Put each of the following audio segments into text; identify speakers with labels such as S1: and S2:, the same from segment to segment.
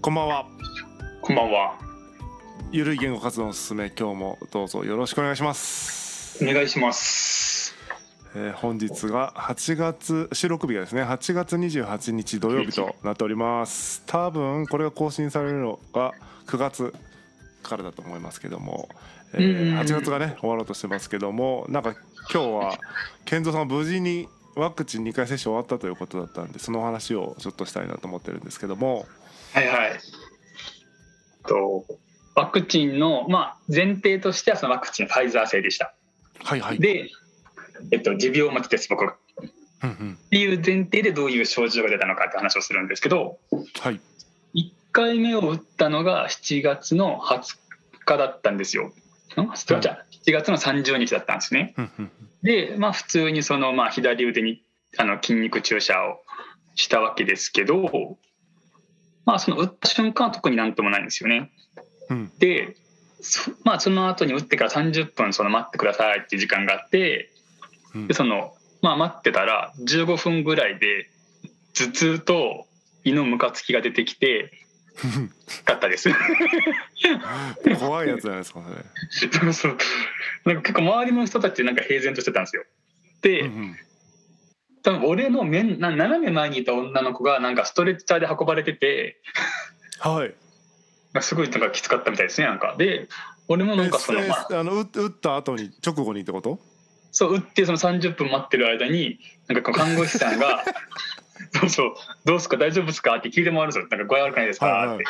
S1: こんばんは。
S2: こんばんは。
S1: ゆるい言語活動のすすめ、今日もどうぞよろしくお願いします。
S2: お願いします。
S1: えー本日が8月収録日がですね8月28日土曜日となっております多分これが更新されるのが9月からだと思いますけども、えー
S2: うんうんうん
S1: 8月がね終わろうとしてますけどもなんか今日は健三さんが無事にワクチン2回接種終わったということだったんでそのお話をちょっとしたいなと思ってるんですけども
S2: はいはい。とワクチンの、まあ、前提としてはそのワクチンはファイザー製でした。
S1: はいはい
S2: で、えっと、持病を持ってです僕が。っ
S1: うんうん
S2: ていう前提でどういう症状が出たのかって話をするんですけど
S1: はい
S2: 1回目を打ったのが7月の20日だったんですよ。んじゃあ7月の30日だったんですね。
S1: うんうん
S2: で、まあ、普通にその、まあ、左腕にあの筋肉注射をしたわけですけど、まあ、その打った瞬間は特になんともないんですよね。
S1: うん
S2: で、そまあ、その後に打ってから30分その待ってくださいっていう時間があって
S1: うん
S2: でその、まあ、待ってたら15分ぐらいで頭痛と胃のムカつきが出てきてだったです。
S1: 怖いやつじゃないですかそれ
S2: そうそうなんか結構周りの人たちなんか平然としてたんですよ。で、
S1: うんうん
S2: 多分俺の面な斜め前にいた女の子がなんかストレッチャーで運ばれてて
S1: はい
S2: なんかすごいなんかきつかったみたいですねなんかで俺もなんかその、
S1: え
S2: まあ、
S1: えあの打打った後に直後にってこと
S2: そう打ってその30分待ってる間になんかこう看護師さ んが「そうそうどうすか大丈夫ですか?」って聞いてもらうんですよ「なんか具合悪くないですか
S1: はいはい
S2: って。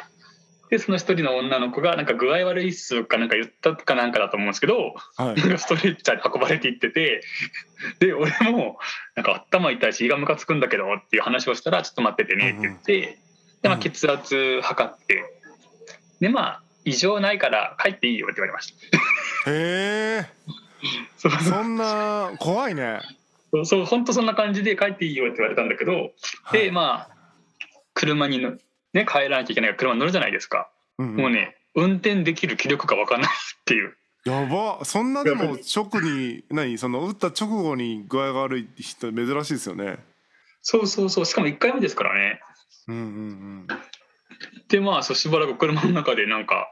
S2: でその一人の女の子がなんか具合悪いっすかなんか言ったかなんかだと思うんですけど
S1: はい
S2: なんかストレッチャーで運ばれていってて で俺もなんか頭痛いし胃がムカつくんだけどっていう話をしたらちょっと待っててねって言って、でまあ、血圧測ってでまあ異常ないから帰っていいよって言われました
S1: へえ
S2: そう
S1: そんな怖いね
S2: そうそう本当そんな感じで帰っていいよって言われたんだけど
S1: はい
S2: でまあ車にの、ね、帰らなきゃいけないから車に乗るじゃないですか、
S1: うんうん
S2: もうね運転できる気力がわかんないっていう
S1: やばそんなでも直に何その打った直後に具合が悪い人珍しいですよね
S2: そうそうそうしかも1回目ですからね
S1: うんうん
S2: でまあそうしばらく車の中でなんか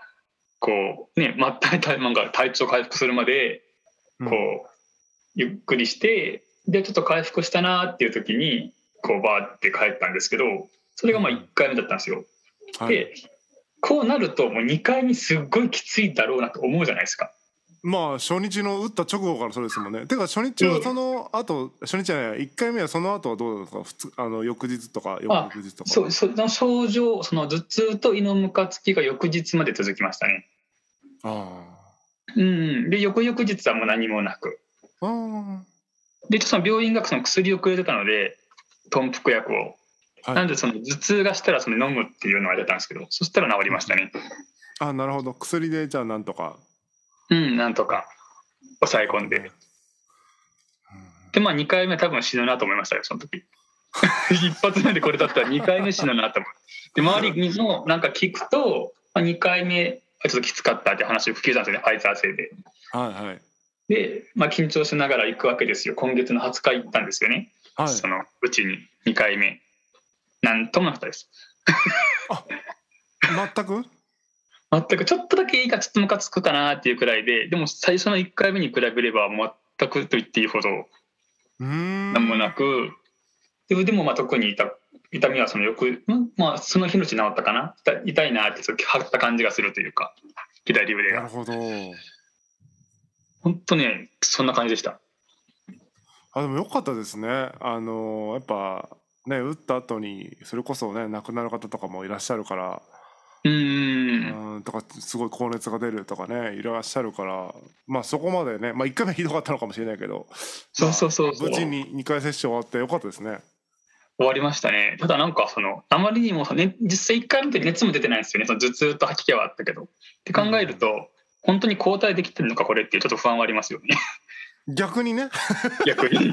S2: こうねまったり体なんか体調回復するまで
S1: うん
S2: こう、ゆっくりしてでちょっと回復したなっていう時にこうバーって帰ったんですけどそれがまあ1回目だったんですよ。
S1: うんはい、
S2: でこうなるともう2回にすっごいきついだろうなと思うじゃないですか。
S1: まあ初日の打った直後からそれですもんねてか初日はその後初日じゃない1回目はその後はどうですか普通あの翌日とか
S2: あ
S1: 翌々日とか
S2: そうその症状その頭痛と胃のムカつきが翌日まで続きましたね。
S1: あ
S2: うん、で翌々日はもう何もなく。
S1: ーあー
S2: でちょっとその病院がその薬をくれてたので頓服薬を、
S1: はい
S2: なんでその頭痛がしたらその飲むっていうのが出たんですけどそしたら治りましたね
S1: あなるほど薬でじゃあなんとか
S2: うんなんとか抑え込んででまあ2回目多分死ぬなと思いましたよその時 一発目でこれだったら2回目死ぬなと思うで周りにもなんか聞くと2回目はちょっときつかったって話を聞いたんですよねファイザー製で
S1: はいはい
S2: で、まあ、緊張しながら行くわけですよ今月の20日行ったんですよね、
S1: はい
S2: そのうちに2回目なんともなかったです
S1: 全く
S2: 全くちょっとだけいいかちょっとムカつくかなっていうくらいででも最初の1回目に比べれば全くと言っていいほど
S1: うーん
S2: 何もなくででもまあ特に痛痛みはそのよく、んまあ、その日のうち治ったかな痛痛いなってちょっと張った感じがするというか左腕
S1: なる
S2: が
S1: ほど
S2: 本当ねそんな感じでした
S1: あでもよかったですねあのやっぱね打った後にそれこそね亡くなる方とかもいらっしゃるから
S2: う
S1: う
S2: ーん
S1: ーんとかすごい高熱が出るとかねいらっしゃるからまあそこまでねまあ1回目ひどかったのかもしれないけど
S2: そうそうそうそう
S1: 無事
S2: 終
S1: に2回接種終わってよかったですね
S2: わりましたねただなんかそのあまりにも、ね、実際1回目で熱も出てないんですよねその頭痛と吐き気はあったけどって考えると、本当に交代できてるのかこれっていうちょっと不安はありますよね
S1: 逆にね
S2: 逆に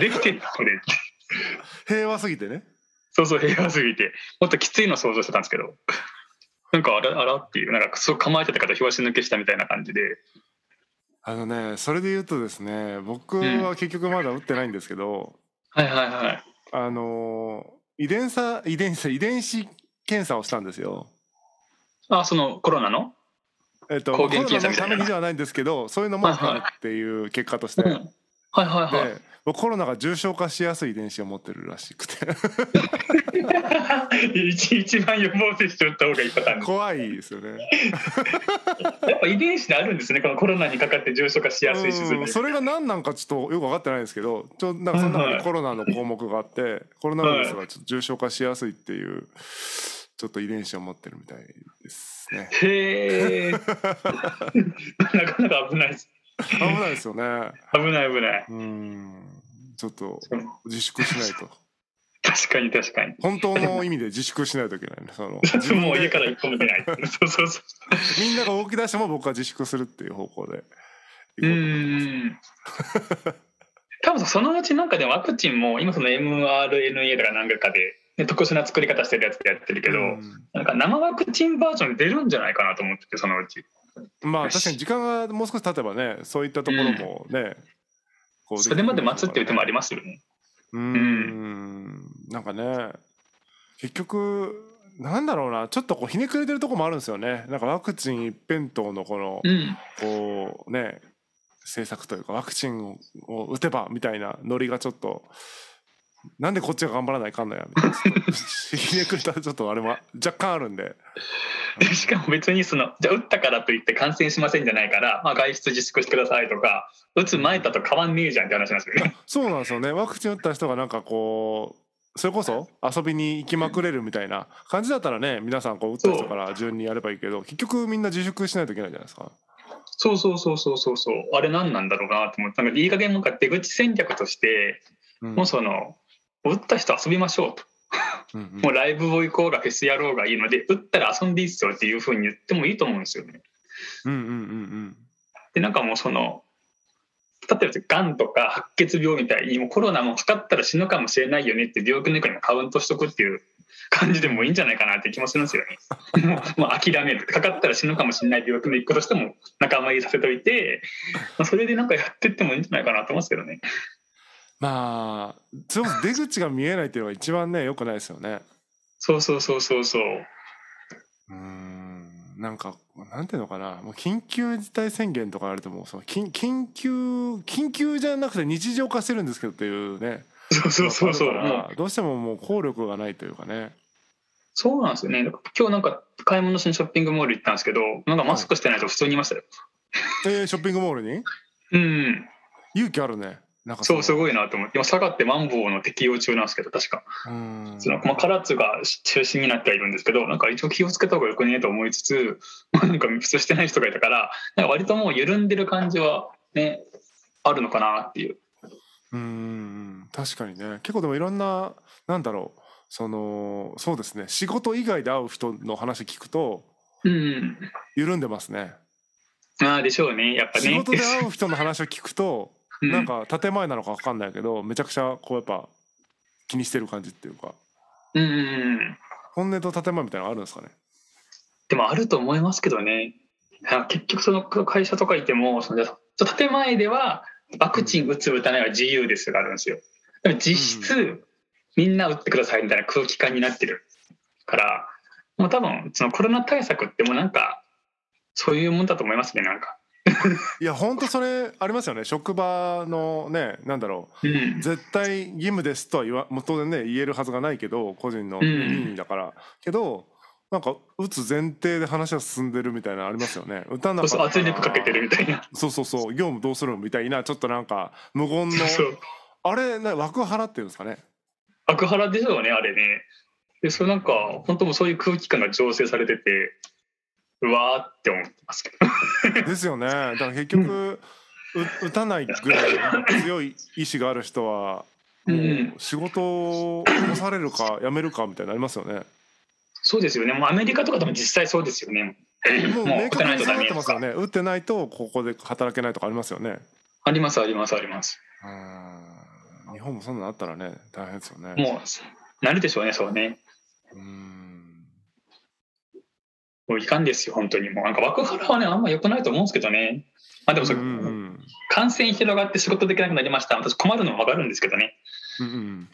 S2: できてるこれ
S1: 平和すぎてね
S2: そうそう平和すぎてもっときついの想像してたんですけどなんかあらあらっていうなんかすごい構えてた方拍子抜けしたみたいな感じで
S1: あのねそれで言うとですね僕は結局まだ打ってないんですけど、
S2: はいはいはい
S1: あのー遺伝さ遺伝さ遺伝子検査をしたんですよ
S2: あ、そのコロナの
S1: えっと、コロ
S2: 抗
S1: ナ
S2: 原検査
S1: の
S2: みた
S1: た
S2: いな
S1: めにじゃないんですけどそういうのもあるっていう結果として、
S2: うんはいはいはい。
S1: で僕コロナが重症化しやすい遺伝子を持ってるらしく て
S2: 一 一番予防接種打った方がいいパターンです
S1: 怖いですよね
S2: やっぱ遺伝子であるんですねこのコロナにかかって重症化しやすいしする
S1: うんそれが何なんかちょっとよく分かってないんですけどちょなんかその中
S2: はいは
S1: に
S2: い
S1: コロナの項目があってコロナウイルスがちょっと重症化しやすいっていうちょっと遺伝子を持ってるみたいですね
S2: へえ なかなか危ないです
S1: 危ないですよね
S2: 危ない危ない
S1: うんちょっと
S2: その
S1: 自粛しないと
S2: 確かに確かに
S1: 本当の意味で自粛しないといけないねその自
S2: も
S1: 分
S2: う家
S1: で
S2: から一歩も出ないそうそうそう
S1: みんなが動き出しても僕は自粛するっていう方向で行こうと
S2: う
S1: 思います
S2: ん多分さそのうちなんかでもワクチンも今その mRNA とか何かで、ね、特殊な作り方してるやつでやってるけど、
S1: うん
S2: なんか生ワクチンバージョン出るんじゃないかなと思っててそのうち
S1: まあ確かに時間がもう少し経てばねそういったところもね、こう
S2: それまで待つっていう手もあり
S1: ま
S2: ますよね
S1: すうんなんかね結局なんだろうなちょっとこうひねくれてるとこもあるんですよねなんかワクチン一辺倒のこの
S2: うん
S1: こうね政策というかワクチンをを打てばみたいなノリがちょっとなんでこっちが頑張らないかんのやみたいな ちょっとひねくれたちょっとあれも若干あるんで
S2: しかも別にそのじゃあ打ったからといって感染しませんじゃないから、まあ、外出自粛してくださいとか打つ前だと変わんねえじゃんって話なんですよ ね
S1: そうなんですよねワクチン打った人がなんかこうそれこそ遊びに行きまくれるみたいな感じだったらね皆さんこう打った人から順にやればいいけど結局みんな自粛しないといけないじゃないですか。
S2: そうそうそうそうそうそうあれ何なんだろうなと思ってなんかいい加減なんか出口戦略として
S1: うん
S2: もうその打った人遊びましょうと
S1: うんうん
S2: もうライブを行こうがフェスやろうがいいので打ったら遊んでいいっすよっていうふうに言ってもいいと思うんですよね。
S1: うんうんうん
S2: でなんかもうその例えばがんとか白血病みたいにもうコロナもかかったら死ぬかもしれないよねって病気の中にもカウントしとくっていう感じでもいいんじゃないかなって気もするんですよね。もうもう諦めるかかったら死ぬかもしれない病気の一個としても仲間入りさせといてまあそれでなんかやってってもいいんじゃないかなと思うんですけどね。
S1: まあそれこそ出口が見えないっていうのが一番ね良くないですよね。
S2: そうそうそうそうそう。
S1: うーんなんかなんていうのかなもう緊急事態宣言とかあるともうその緊緊急緊急じゃなくて日常化してるんですけどっていうね
S2: そうそうそうそう。
S1: だか
S2: もう
S1: らどうしてももう効力がないというかね
S2: そうなんですよね。今日なんか買い物しにショッピングモール行ったんですけど、なんかマスクしてない人普通にいましたよ。
S1: えー、ショッピングモールに
S2: うん。
S1: 勇気あるねなんか
S2: そうす
S1: い
S2: ごいなと思って今下がってマンボウの適用中なんですけど確か
S1: うーん
S2: その、まあ、唐津が中心になってはいるんですけどなんか一応気をつけた方がよくねと思いつつ まあなんか普通してない人がいたからなんか割ともう緩んでる感じはねあるのかなっていう
S1: うーん確かにね結構でもいろんななんだろうそのそうですね仕事以外で会う人の話聞くと
S2: うん
S1: 緩んでますね
S2: まあでしょうねやっぱね
S1: 仕事で会う人の話を聞くと
S2: うん
S1: なんか建前なのか分かんないけどめちゃくちゃこうやっぱ気にしてる感じっていうか
S2: うんうんうん
S1: 本音と建前みたいなのあるんですかね
S2: でもあると思いますけどねあ結局その会社とかいてもそのじゃあ建前ではワクチン打つ打たないは自由ですがあるんですよでも実質、みんな打ってくださいみたいな空気感になってるからもう多分そのコロナ対策ってもうなんかそういうもんだと思いますねなんか
S1: いやほんとそれありますよね職場のねなんだろ
S2: う
S1: うん絶対義務ですとは言わもう当然ね言えるはずがないけど個人の
S2: うん
S1: 任意だから、けどなんか打つ前提で話は進んでるみたいなのありますよね打たな
S2: そう
S1: かっ
S2: そ
S1: た
S2: う
S1: ら
S2: 圧力かけてるみたいな
S1: そうそうそう業務どうするみたいなちょっとなんか無言の
S2: そうそう
S1: あれな枠払ってるんですかね
S2: 悪腹でしょうねあれねでそれなんか本当もうそういう空気感が醸成されててうわーって思ってますけど
S1: ですよねだから結局、う打たないぐらい強い意志がある人は
S2: う
S1: も
S2: ん
S1: う仕事を干されるか辞めるかみたいになりますよね
S2: そうですよね。もうアメリカとかでも実際そうですよね。
S1: もう
S2: もう
S1: 明
S2: 打た
S1: 確
S2: ない
S1: に下
S2: とダ
S1: がっ
S2: メ
S1: て
S2: と
S1: ますよ
S2: か。
S1: ね打ってないとここで働けないとかありますよね
S2: ありますありますあります。
S1: うん日本もそんなのあったらね大変ですよね
S2: もうなるでしょうね。そうね。
S1: うん
S2: もういかんですよ本当にもうなんか枠腹はねあんま良くないと思うんですけどね。まあでもそ、
S1: うんうん
S2: 感染広がって仕事できなくなりました。私困るのもわかるんですけどね。
S1: うんうん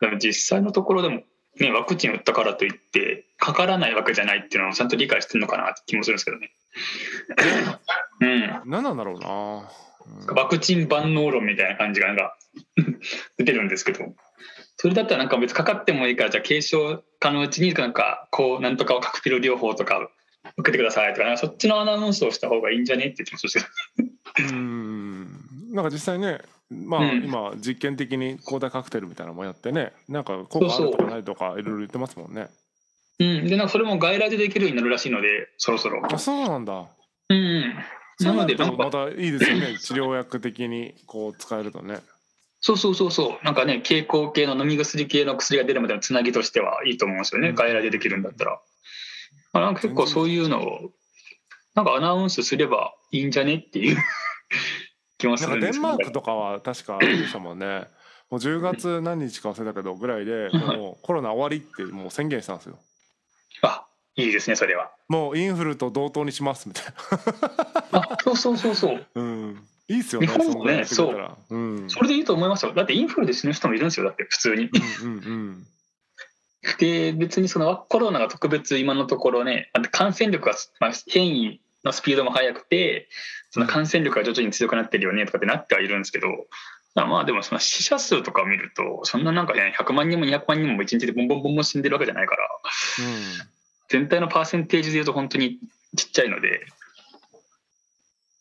S2: でも実際のところでもね、ワクチン打ったからといって、かからないわけじゃないっていうのをちゃんと理解してるのかなって気もするんですけ どね。うん。
S1: 何なんだろうな、うん
S2: ワクチン万能論みたいな感じがなんか 出てるんですけど、それだったらなんか別にかかってもいいから、じゃあ軽症化のうちになんか、こう、なんとかカクテル療法とか受けてくださいとか、なんかそっちのアナウンスをした方がいいんじゃねって気もするんですけ
S1: うんなんか実際ねまあ、
S2: うん
S1: 今実験的に抗体カクテルみたいなのもやってねなんか効果あるとかないとかいろいろ言ってますもんね
S2: ど。うん。で、なんかそれも外来でできるようになるらしいので、そろそろ。
S1: あそうなんだ
S2: うんうん。なので、
S1: そ
S2: な
S1: うると
S2: んか
S1: またいいですよね治療薬的にこう使えるとね
S2: そうそうそうそう、なんかね、経口系の飲み薬系の薬が出るまでのつなぎとしてはいいと思うんですよね、
S1: うん
S2: 外来でできるんだったら。まあ、なんか結構そういうのを、なんかアナウンスすればいいんじゃねっていう 気もす
S1: なん
S2: る
S1: かデ
S2: んです
S1: ン
S2: けど
S1: マークとかは確かあれでしたもんねもう10月何日か忘れたけどぐらいで
S2: はい
S1: もうコロナ終わりってもう宣言したんですよ
S2: あいいですね、それは。
S1: もうインフルと同等にしますみたい
S2: あそうそうそうそう、
S1: なうんいいっすよね
S2: 日本もね
S1: そんぐらいやってくれたらうん
S2: それでいいと思いますよ。だってインフルで死ぬ人もいるんですよ、だって普通に。
S1: うんうんうん
S2: で、別にそのコロナが特別今のところね、あと感染力が、まあ、変異のスピードも速くて、その感染力が徐々に強くなってるよねとかってなってはいるんですけど、まあまあでもその死者数とかを見ると、そんななんかね、100万人も200万人も1日でボンボンボンボン死んでるわけじゃないから、全体のパーセンテージで言うと本当にちっちゃいので、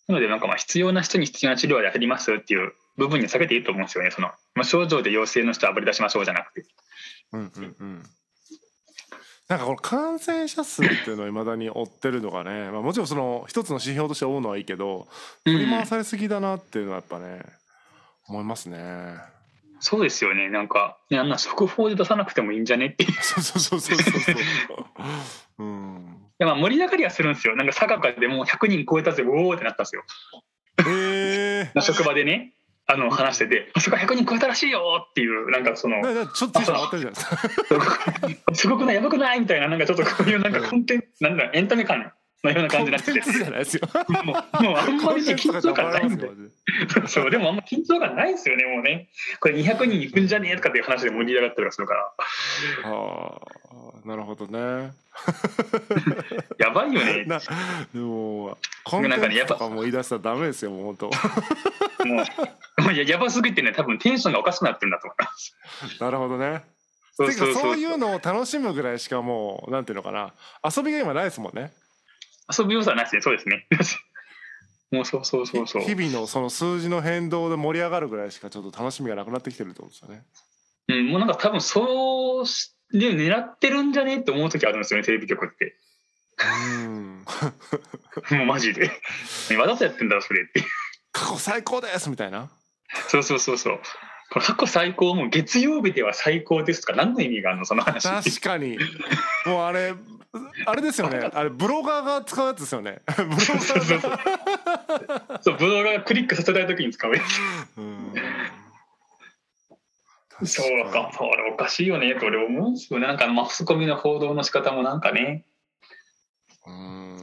S2: なのでなんかまあ必要な人に必要な治療はやりますっていう部分に避けていいと思うんですよね、その、まあ、症状で陽性の人は暴れ出しましょうじゃなくて。
S1: うんうんうんなんかこの感染者数っていうのをいまだに追ってるのがね、まあ、もちろんその一つの指標として追うのはいいけど振り回されすぎだなっていうのはやっぱね思いますね。
S2: そうですよね、なんか、ね、あんな速報で出さなくてもいいんじゃねっていう。い
S1: そうそうそうそうそうそう。うん。
S2: やまあ盛り上がりはするんですよ。なんか佐賀でもう100人超えたぜ、おおってなったんですよ。
S1: ええ
S2: 職場でね、あの話してて、あそこ100人超えたらしいよっていう、なんかその
S1: ー。、だだちょっとテンション上がってるじゃないですか。
S2: すごくない、やばくないみたいな、なんかちょっとこういうなんかコンテンツ、なんだろう、エンタメ感のような感じになってて
S1: コンテンツじゃないですよ。
S2: もう、もうあんまりね緊張感ないんで、そう、でもあんま緊張感ないですよね、もうね。これ200人いくんじゃねえとかっていう話で盛り上がったりとかするから、
S1: ああ、なるほどね。
S2: やばいよね。
S1: なでもコンテンツとかも言い出したらダメですよもう本当。
S2: もう、もうややばすぎてね、多分テンションがおかしくなってるんだと思います。
S1: なるほどね。
S2: そう
S1: てか
S2: そうそう
S1: そういうのを楽しむぐらいしかもうなんていうのかな遊びが今ないですもんね
S2: 遊び要素はなしで、そうですね。 もうそうそうそうそう。
S1: 日々のその数字の変動で盛り上がるぐらいしかちょっと楽しみがなくなってきてるってことですよね
S2: うん、もうなんか多分そうしで狙ってるんじゃねって思う時あるんですよね、テレビ 局って。
S1: うん
S2: もうマジで。 わざとやってんだろ、それって。
S1: 過去最高ですみたいな
S2: そうそうそうそう。これ過去最高、もう月曜日では最高ですとか、何の意味があるの、その話。
S1: 確かにもうあれあれですよねあれブロガーが使うやつですよね ブロガ
S2: そうそう
S1: ー が
S2: そうそう。そう、ブロガーがクリックさせたい時に使う。
S1: うん
S2: そうか、
S1: 確
S2: それおかしいよねって俺思うんですよね。なんかマスコミの報道の仕方もなんかね。
S1: にうん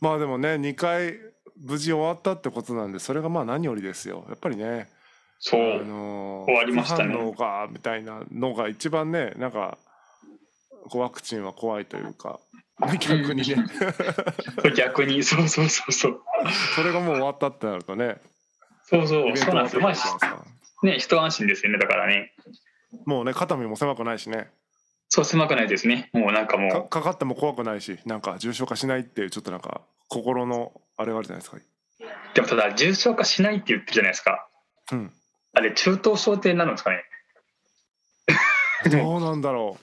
S1: まあでもね2回無事終わったってことなんでそれがまあ何よりですよやっぱりね
S2: そう。
S1: あのー
S2: 終わりました
S1: 副
S2: ね
S1: 反応がみたいなのが一番ねなんかこうワクチンは怖いというか逆にね
S2: うん 逆に、そうそうそうそう。
S1: それがもう終わったってなるとね
S2: そうそ
S1: イ
S2: う、
S1: ベン
S2: そ
S1: ト
S2: うなん
S1: が
S2: です
S1: 終
S2: よ。ま
S1: わっ
S2: あ
S1: ちゃいますから
S2: ね、一安心ですよね、だからね。
S1: もうね肩身も狭くないしね
S2: そう、狭くないですね。もうなんか
S1: か
S2: も
S1: かかっても怖くないしなんか重症化しないっていうちょっとなんか心のあれがあるじゃないですか
S2: う、でもただ、重症化しないって言ってるじゃないですか。
S1: うん
S2: あれ、中等症ってなるんですかね。
S1: どうなんだろ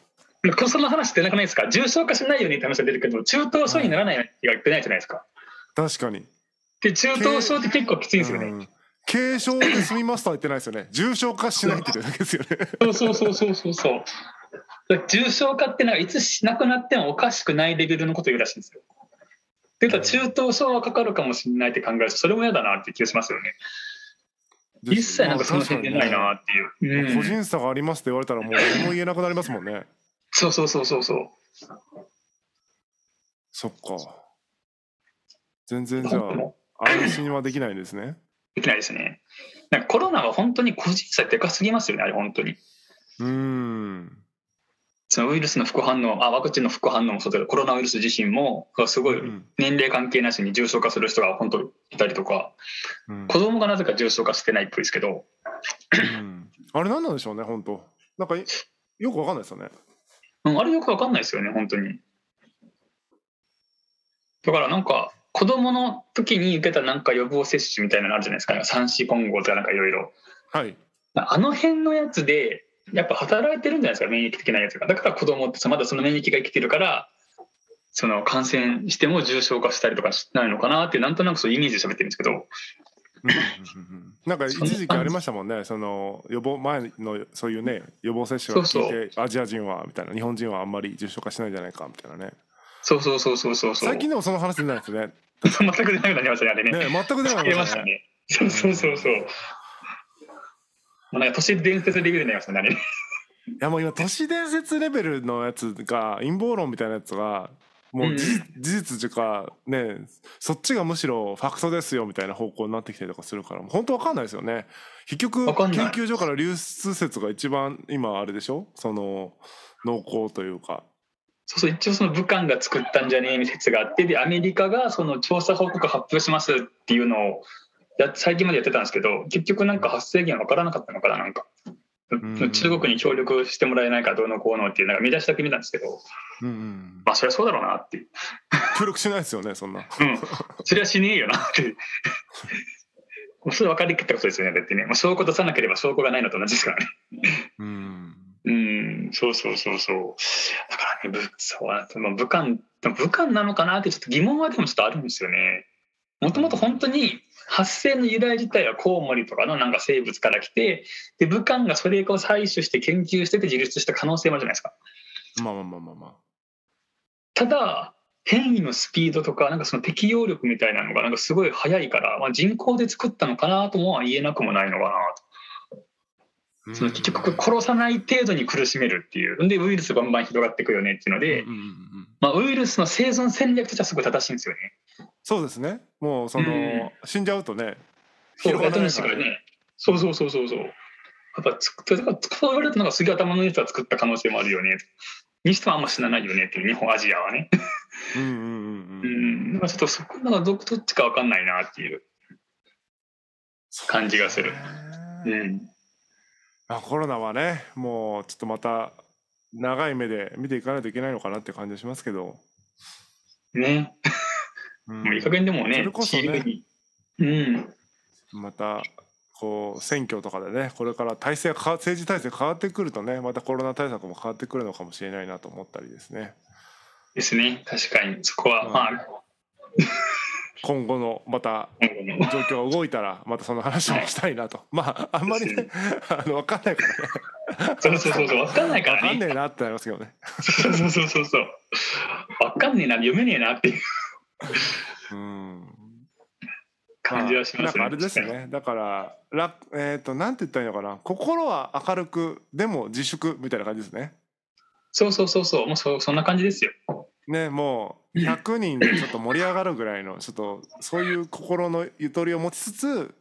S2: その話ってなくないですか重症化しないようにって話が出るけど、中等症にならないようには言ってないじゃないですか。
S1: う確かに
S2: で、中等症って結構きついんですよ
S1: う
S2: ね。
S1: ん軽症で済みましたは言ってないですよね重症化しないって言ってるだけですよね
S2: そうそうそうそうそうそう。だから重症化ってなんかいつしなくなってもおかしくないレベルのこと言うらしいんですよ。っていうと中等症はかかるかもしれないって考えるとそれも嫌だなって気がしますよね。 一切なんかその辺出ないなっていう。うん
S1: 個人差がありますって言われたらもう何も言えなくなりますもんね
S2: そうそうそうそうそう。
S1: そっか全然じゃ
S2: 本当も
S1: あ安心はできないですね
S2: できないですね。なんかコロナは本当に個人差でかすぎますよね、あれ本当に。
S1: うーん
S2: そのウイルスの副反応あワクチンの副反応もそうだけどコロナウイルス自身もすごい
S1: うん
S2: 年齢関係なしに重症化する人が本当いたりとか
S1: うん
S2: 子供がなぜか重症化してないっぽいですけど
S1: うんあれ何なんでしょうね本当なんかいよくわかんないですよね
S2: うんあれよくわかんないですよね本当にだからなんか子供の時に受けたなんか予防接種みたいなのあるじゃないですか三子混合とかなんかいろいろ
S1: はい
S2: あの辺のやつでやっぱ働いてるんじゃないですか免疫的なやつがだから子供ってさまだその免疫が生きてるからその感染しても重症化したりとかしないのかなってなんとなくそういうイメージで喋ってるんですけ
S1: う
S2: ど
S1: んうんうんうんなんか一時期ありましたもんねその予防前のそういうね予防接種が効いて
S2: そ
S1: アジア人はみたいな日本人はあんまり重症化しないんじゃないかみたいなね
S2: そうそうそうそうそうそう
S1: 最近でもその話出ないですね
S2: 全く出なくなりましたねあれね
S1: ね全く出な
S2: 消
S1: い
S2: えましたね。そうそうそうそう。もうなんか都市伝説レベルになりましたね、あれね。
S1: いやもう今都市伝説レベルのやつが陰謀論みたいなやつがもう事,、事実というかねそっちがむしろファクトですよみたいな方向になってきたりとかするからもう本当わかんないですよね結局
S2: わかんない
S1: 研究所から流出説が一番今あれでしょその濃厚というか
S2: そうそう、一応その武漢が作ったんじゃねえみたいな説があって、で、アメリカがその調査報告発表しますっていうのをや、最近までやってたんですけど、結局なんか発生源わからなかったのかな、なんか。
S1: ん
S2: 中国に協力してもらえないからどうのこうのっていうなんか見出しだけ見たんですけど
S1: うんうん
S2: まあそりゃそうだろうなっていう
S1: 協力しないですよねそんな
S2: うんそりゃしねえよなっていう もうそれ分かりきったことですよねだってね、まあ、証拠出さなければ証拠がないのと同じですからね
S1: うん
S2: うん、そうそうそうそう。だからね、ぶそうあとまあ武漢、でも武漢なのかなってちょっと疑問はでもちょっとあるんですよね。もともと本当に発生の由来自体はコウモリとかのなんか生物から来て、で武漢がそれを採取して研究してて自立した可能性もあるじゃないですか。
S1: まあまあまあまあまあ
S2: ただ、変異のスピードとか、なんかその適応力みたいなのがなんかすごい早いから、まあ、人口で作ったのかなとも言えなくもないのかなと。
S1: うん
S2: その結局殺さない程度に苦しめるっていう。んで、ウイルスバンバン広がっていくよねっていうので、
S1: うんうんうんうん
S2: まあ、ウイルスの生存戦略としてはすごい正しいんですよね。
S1: そうですねもうその、
S2: うん
S1: 死んじゃうとね
S2: そう、
S1: 広がらない
S2: し
S1: かららね
S2: ね。そうそうそうそうそう。やっぱつく、だからそう言われるとなんかすげえ頭のいい人は作った可能性もあるよね。にしてはあんま死なないよねっていう日本アジアはね。
S1: うんうんうん
S2: う
S1: うん
S2: ん、なんかちょっとそこなんかどどっちかわかんないなっていう。感じがする
S1: ね
S2: うん。
S1: まあ、コロナはねもうちょっとまた長い目で見ていかないといけないのかなって感じがしますけど、
S2: ね、
S1: うん
S2: もういい加減でも
S1: そ
S2: ね
S1: れこ、そね
S2: 自由に。うん、
S1: またこう選挙とかでねこれから体制が変わ政治体制変わってくるとねまたコロナ対策も変わってくるのかもしれないなと思ったりですね
S2: ですね。確かに。そこは、
S1: うん
S2: まあ、
S1: 今後のまた
S2: 今後の。
S1: 状況が動いたらまたその話もしたいな とまああんまりねあの分かんないからね
S2: そうそうそうそう、わかんないか
S1: 分からん
S2: ね。
S1: ねえなってなりますけどね。
S2: そうそうそうそうそう。わかんねえな、読めねえなっていう
S1: うん
S2: 感じはしますね。
S1: なんかあれですねだかららえっ、となんて言ったらいいのかな心は明るくでも自粛みたいな感じですね
S2: そうそうそうそう、もうそそんな感じですよ。
S1: ねもう100人でちょっと盛り上がるぐらいのちょっとそういう心のゆとりを持ちつつ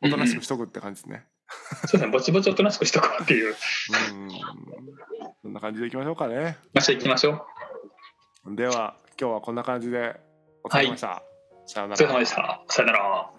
S1: おとなしくしとくって感じですね
S2: そうですね、ぼちぼちおとなしくしとこうっていう。
S1: うんそんな感じでいきましょうかね
S2: まし行きましょう。
S1: では今日はこんな感じでお疲れ様でした、さよう
S2: お
S1: な
S2: 疲れ
S1: ら
S2: 様でした。さよなら。